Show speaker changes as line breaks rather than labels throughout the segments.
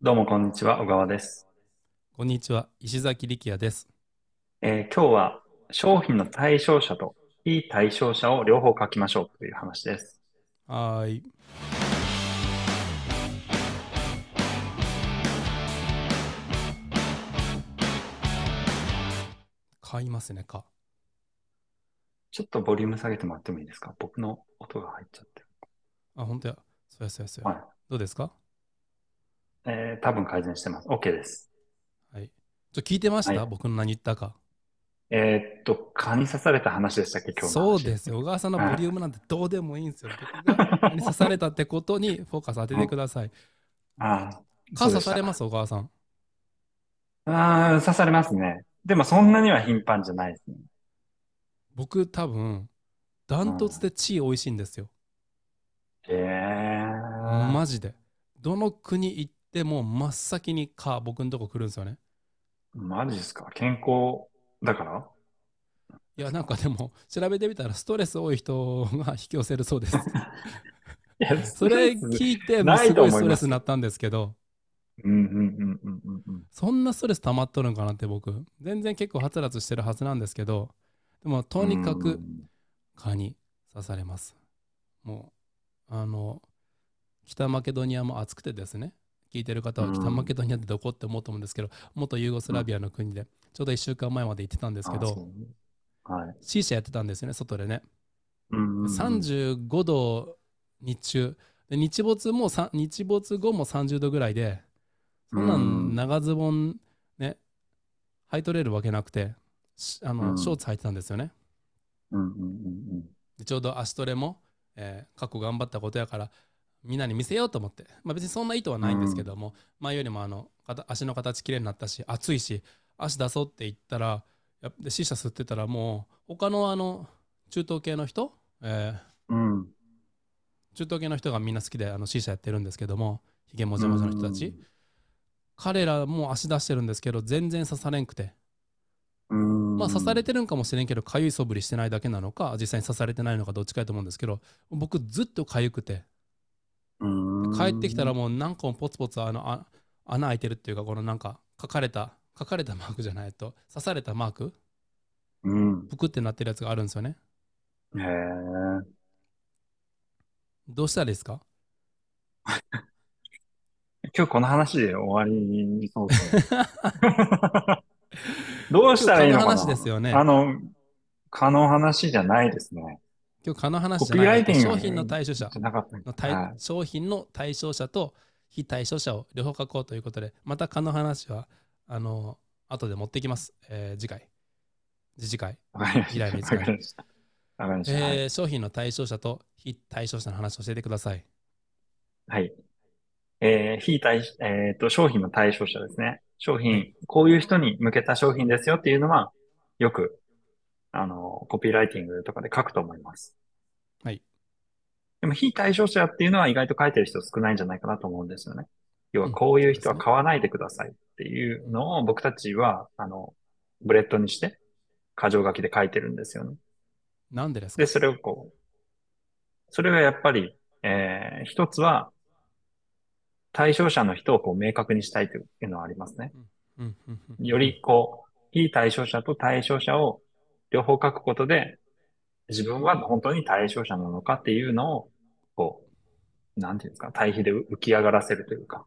どうもこんにちは、小川です。
こんにちは、石崎力也です。
えー今日は商品の対象者と非対象者を両方書きましょうという話です。
はーい。買いますね、か。
ちょっとボリューム下げてもらってもいいですか僕の音が入っちゃってる。
あ、本当や。そうやそうやそうや。
はい。
どうですか
えー多分改善してます。OK です。
はい。ちょ、聞いてました、
はい
僕の何言ったか。
えーっと、蚊に刺された話でしたっけ今日の話。
そうですよ。小川さんのボリュームなんてどうでもいいんですよ。僕が何刺されたってことにフォーカス当ててください。
あーそ
か
うで
刺
した
されます、小川さん。
あー刺されますね。でもそんなには頻繁じゃないですね。
僕、多分、ダントツで血美味しいんですよ。
えー。
マジで。どの国行っても真っ先に蚊、僕のとこ来るんですよね。
マジですか健康だから
いや、なんかでも、調べてみたら、ストレス多い人が引き寄せ るそうです。
いや、
それ
ストレス
聞いて、もう
な
す
いと
ごい
思
ス
い
ト
ま
レ
す
スになったんですけど、
うんうんうんうんうんうん。
そんなストレス溜まっとるんかなって、僕。全然結構はつらつしてるはずなんですけど、でも、とにか
う
く
ん
蚊に刺されます。もう、あの、北マケドニアも暑くてですね、聞いてる方
う
は
ん
北マケドニアってどこって思うと思うんですけど、元ユーゴスラビアの国で、ちょうど1週間前まで行ってたんですけ
あそ
ど、
うねはい。
シーシャやってたんですよね、外でね。
うんうんうん
35度日中で日没もさ日没後も30度ぐらいでそんな
うん
ん長ズボンね履いとれるわけなくてしあ
う
の
ん
ショーツ履いてたんですよね
うんうんうん
でちょうど足トレも、えー過去頑張ったことやからみんなに見せようと思って、まあ、別にそんな意図はないんですけども、前よりもあの肩足の形綺麗になったし暑いし足出そうって言ったらやっで C 社吸ってたらもう他のあの中東系の人、えー
うんうん。
中東系の人がみんな好きであの C 社やってるんですけどもひげもじゃもじゃの人たち、彼らもう足出してるんですけど全然刺されんくて
うん。
まあ刺され
て。
てるんかもしれんけどかゆい素振りしてないだけなのか実際に刺されてないのかどっちかやと思うんですけど僕ずっとかゆくて
うん
帰ってきたらもう何個もポツポツあのあ穴開いてるっていうかこのなんか書かれた書かれたマークじゃないと刺されたマーク
うん。
ぷくってなってるやつがあるんですよね
へえ。
どうしたらいいですか
今日この話で終わりにそうですね。 どうしたらいいのかな
今日蚊の話ですよね
あの、蚊の話じゃないですね。
今日蚊の話
コ
じ
ピ
ゃ
ーラ
な
イ
い
ティング
商品の対象者
じゃなかったっ
の
け
対
はい
商品の対象者と非対象者を両方書こうということで、また蚊の話は、あの、後で持ってきます。えー次回。次次回。
わかりました。
未来のいつか
わかりました。わかりました。はい
えー商品の対象者と非対象者の話を教えてください。
はい。えー非対、えーと、商品の対象者ですね。商品、こういう人に向けた商品ですよっていうのは、よく、あの、コピーライティングとかで書くと思います。
はい。
でも、非対象者っていうのは意外と書いてる人少ないんじゃないかなと思うんですよね。要は、
うん
こういう人
そう
は
ですね
買わないでくださいっていうのを僕たちは、あの、ブレッドにして、箇条書きで書いてるんですよね。
なんでですか
で、それをこう、それがやっぱり、えー一つは、対象者の人をこう明確にしたいというのはありますね。
うんうんうん
よりこう、非対象者と対象者を両方書くことで、自分は本当に対象者なのかっていうのを、こう、なんていうんですか、対比で浮き上がらせるというか。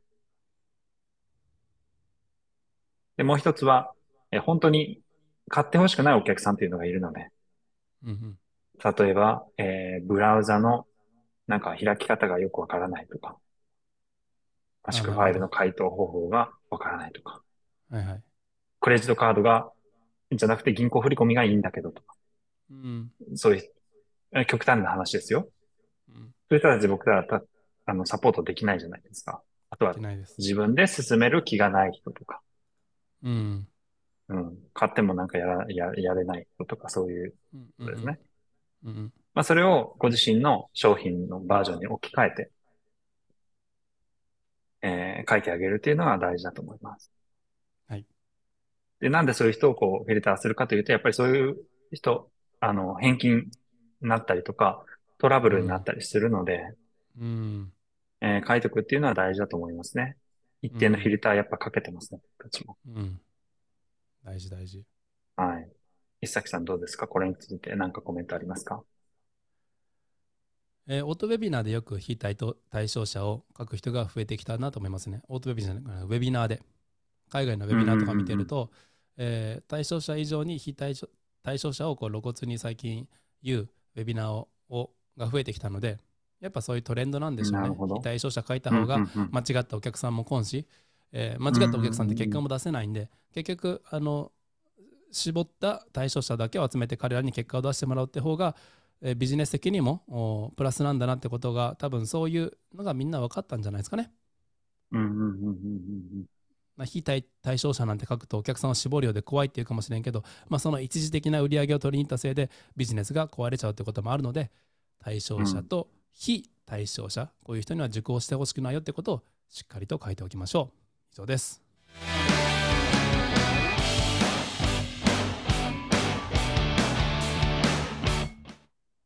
で、もう一つは、えー本当に買ってほしくないお客さんっていうのがいるので、
うんうん
例えば、えーブラウザのなんか開き方がよくわからないとか、圧縮ファイルの回答方法がわからないとか、
はいはい。
クレジットカードが、じゃなくて銀行振り込みがいいんだけどとか、
うん
そういうえー極端な話ですよ。
うん。
そういう人たち僕らはたあのサポートできないじゃないですか。あと
い
は
けないです。
自分で進める気がない人とか、
うん。
うん、買ってもなんかやらややれない人とかそういう
うん
ことですね。。
うんうん
まあ、それをご自身の商品のバージョンに置き換えて、えー書いてあげるっていうのが大事だと思います。
はい。
で、なんでそういう人をこう、フィルターするかというと、やっぱりそういう人、あの、返金になったりとか、トラブルになったりするので、
うん。
えー書いておくっていうのは大事だと思いますね。一定のフィルターやっぱかけてますね、僕たちも。
うん。大事大事。
はい。一崎さんどうですかこれについて何かコメントありますか
えーオートウェビナーでよく非対等対象者を書く人が増えてきたなと思いますね。オートウェビナーじゃないウェビナーで。海外のウェビナーとか見てると、えー対象者以上に非対象対象者をこう露骨に最近言うウェビナーををが増えてきたので、やっぱそういうトレンドなんでしょう
な
ね
るほど。
非対象者書いた方が
うんうんうん
間違ったお客さんも来んし、えー間違ったお客さんって結果も出せないんで、結局あの絞った対象者だけを集めて彼らに結果を出してもらうって方が、えービジネス的にもおプラスなんだなってことが多分そういうのがみんな分かったんじゃないですかね。
うんうんうんうんうんうん。
まあ、非対対象者なんて書くとお客さんを絞るようで怖いっていうかもしれんけど、まあ、その一時的な売り上げを取りに行ったせいでビジネスが壊れちゃうってこともあるので対象者と非対象者、こういう人には受講してほしくないよってことをしっかりと書いておきましょう。以上です。
「